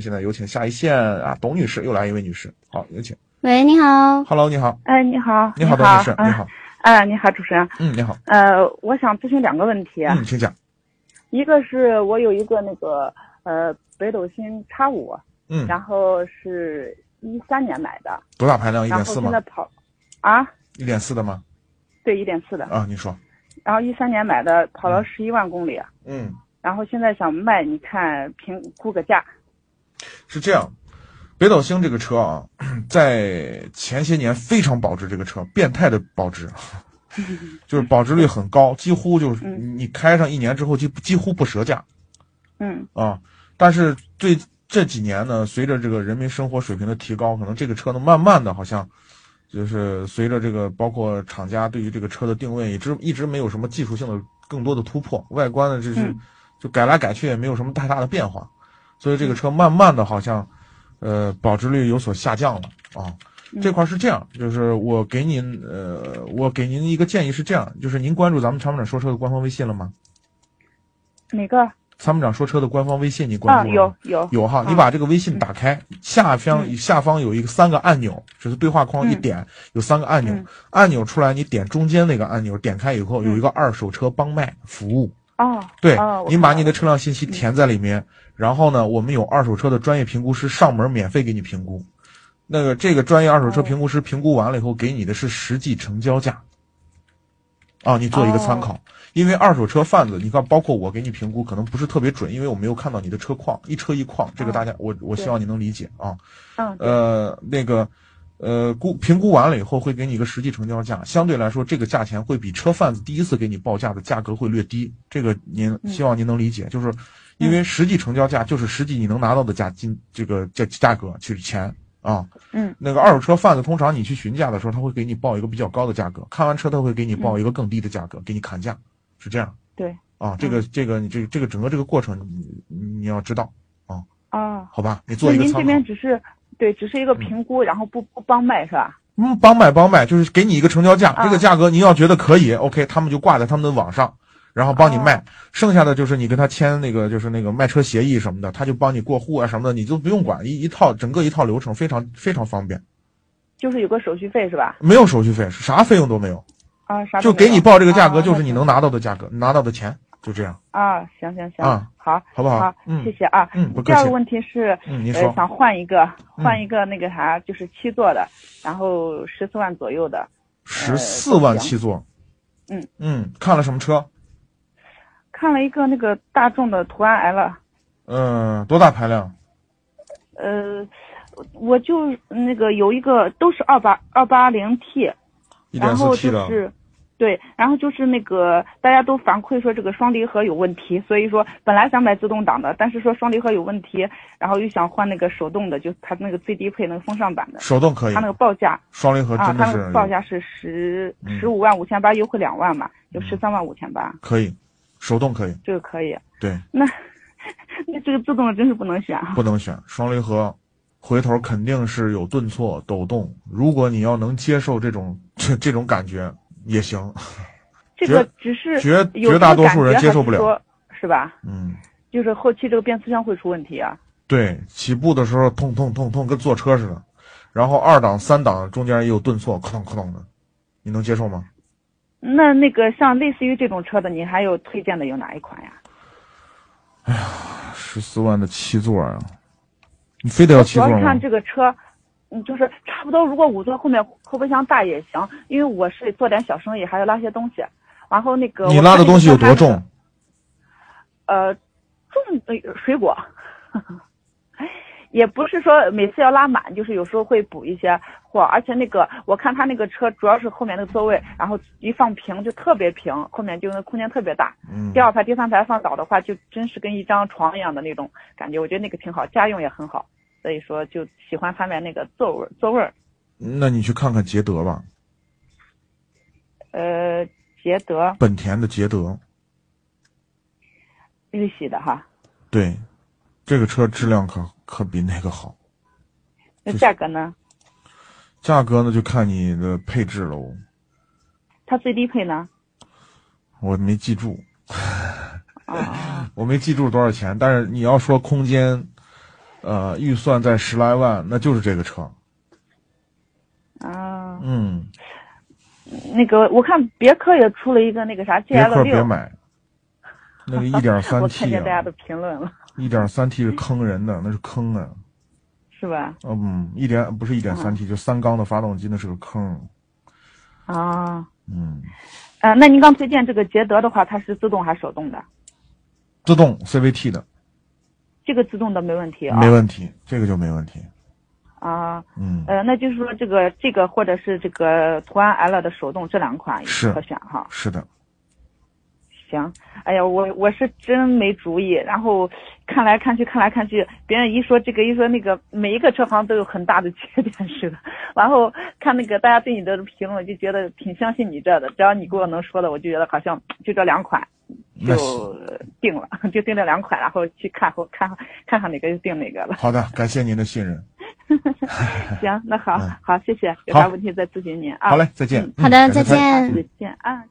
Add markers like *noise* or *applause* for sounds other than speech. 现在有请下一线啊，董女士，又来一位女士，好，有请。喂，你好。 Hello，你好，哎，你好，你好，董女士，你好，哎、你好，主持人，嗯，你好，呃，我想咨询两个问题，啊嗯，请讲，一个是我有一个那个呃北斗星叉五，嗯，然后是一三年买的，多大排量？哎一然点后四现吗在？跑，啊，一点四的吗？对，一点四的，啊，你说，然后一三年买的，跑了十一万公里，啊嗯，然后现在想卖，你看评估个价，是这样，北斗星这个车啊，在前些年非常保值，这个车变态的保值， *laughs* 就是保值率很高，几乎就是你开上一年之后几几乎不折价嗯啊。但是最这几年呢，随着这个人民生活水平的提高，可能这个车呢，慢慢的好像就是随着这个包括厂家对于这个车的定位，一直一直没有什么技术性的更多的突破，外观呢就是、嗯就改来改去也没有什么太大的变化，所以这个车慢慢的好像呃保值率有所下降了啊。嗯这块是这样，就是我给您呃，我给您一个建议是这样，就是您关注咱们参谋长说车的官方微信了吗？哪个参谋长说车的官方微信你关啊？注了吗？有有有哈，啊你把这个微信打开，下方嗯下方有一个三个按钮，就是对话框嗯一点有三个按钮嗯，按钮出来你点中间那个按钮，点开以后有一个二手车帮卖服务，哦，对哦，我您把看嗯你到的了车辆信息填在里面，然后呢，我们有二手车的专业评估师上门免费给你评估，那个这个专业二手车哦评估师评估完了以后给你的是实际成交价，啊，你做一个参考。哦因为二手车贩子，你看，包括我给你评估，可能不是特别准，因为我没有看到你的车况，一车一况，这个哦大家，我我希对望你能理解啊。嗯，对呃，那个，呃，估评估完了以后会给你一个实际成交价，相对来说，这个价钱会比车贩子第一次给你报价的价格会略低，这个您嗯希望您能理解，就是因为实际成交价就是实际你能拿到的价金，这个价价格去钱啊。嗯，那个二手车贩子通常你去询价的时候，他会给你报一个比较高的价格，看完车他会给你报一个更低的价格，给你砍价，是这样嗯对，嗯啊。这个这个你这这个整个这个过程你你要知道，哦，好吧？你那做一个您这参考。边只是对，只是一个评估，然后不不帮卖是吧？嗯，帮卖帮卖，就是给你一个成交价，啊这个价格您要觉得可以，OK，他们就挂在他们的网上，然后啊帮你卖。剩下的就是你跟他签那个就是那个卖车协议什么的，他就帮你过户啊什么的，你就不用管一一套整个一套流程，非常非常方便，就是有个手续费是吧？没有手续费，啥费用都没有，啊，啥都就没有给你报这个价格，啊就是那你行能拿到的价格，拿到的钱，就这样，啊，行行行，啊好，好不好好？，嗯谢谢啊。嗯，不第客二气个。问题是，嗯，您呃，说，想换一个，嗯换一个那个啥，就是七座的，然后十四万左右的，十四万呃七座，嗯嗯，看了什么车？看了一个那个大众的途安 L，嗯，多大排量？呃，我就那个有一个都是二八二八零 T，一点然四后 T 就的，是。对，然后就是那个大家都反馈说这个双离合有问题，所以说本来想买自动挡的，但是说双离合有问题，然后又想换那个手动的，就它那个最低配那个风尚版的，手动可以它那，个报价双离合啊，真的它那是个报价是十嗯十五万五千八，优惠两万嘛，就嗯十三万五千八，可以，手动可以，这个可以。对，那那这个自动的真是不能选啊。不能选双离合，回头肯定是有顿挫、抖动。如果你要能接受这种 *laughs* 这这种感觉也行，这个只是绝有绝大多数人接受不这个了。感觉还是说，是吧？嗯，就是后期这个变速箱会出问题啊。对，起步的时候痛痛痛痛，跟坐车似的，然后二档、三档中间也有顿挫，哐当哐当的，你能接受吗？那那个像类似于这种车的，你还有推荐的有哪一款呀？十四万的七座啊，你非得要七主座要是吗看？这个车，嗯，就是差不多，如果五座后面后备箱大也行，因为我是做点小生意，还要拉些东西。然后那个你我拉看的那东个西有多它那个重？呃，重呃水果， *laughs* 也不是说每次要拉满，就是有时候会补一些货，而且那个我看他那个车主要是后面那个座位，然后一放平就特别平，后面就那空间特别大。嗯第，二排、第三排放倒的话，就真是跟一张床一样的那种感觉，我觉得那个挺好，家用也很好，所以说就喜欢他们那个座位座位儿。那你去看看捷德吧，呃，捷德本田的捷德。日系的哈，对，这个车质量可可比那个好。那就是价格呢？价格呢，就看你的配置了。我它最低配呢？我没记住，啊、我没记住多少钱。但是你要说空间，呃，预算在十来万，那就是这个车。啊，嗯，那个我看别克也出了一个那个啥别克 GL 别六，买，那个 *laughs* 一点三我看 T 见大家啊的，评论了，一点三 T 是坑人的，那是坑啊。是吧？嗯，一点不是一点三 T，就三缸的发动机，那是个坑。啊，嗯，呃，那您刚推荐这个捷德的话，它是自动还是手动的？自动 CVT 的这个自动的没问题啊。没问题，这个就没问题。啊，嗯，呃，那就是说这个这个或者是这个途安 L 的手动这两款是可选哈。是的，行，哎呀，我我是真没主意。然后看来看去，看来看去，别人一说这个一说那个，每一个车好像都有很大的 *laughs* 缺点似的。然后看那个大家对你的评论，就觉得挺相信你这的。只要你给我能说的，我就觉得好像就这两款那行就定了，就定这两款，然后去看后看看看哪个就定哪个 *laughs* 了。好的，感谢您的信任。行，那好嗯好，谢谢，有好啥问题再咨询您啊。好嘞，再见。嗯嗯好的再好见再见啊。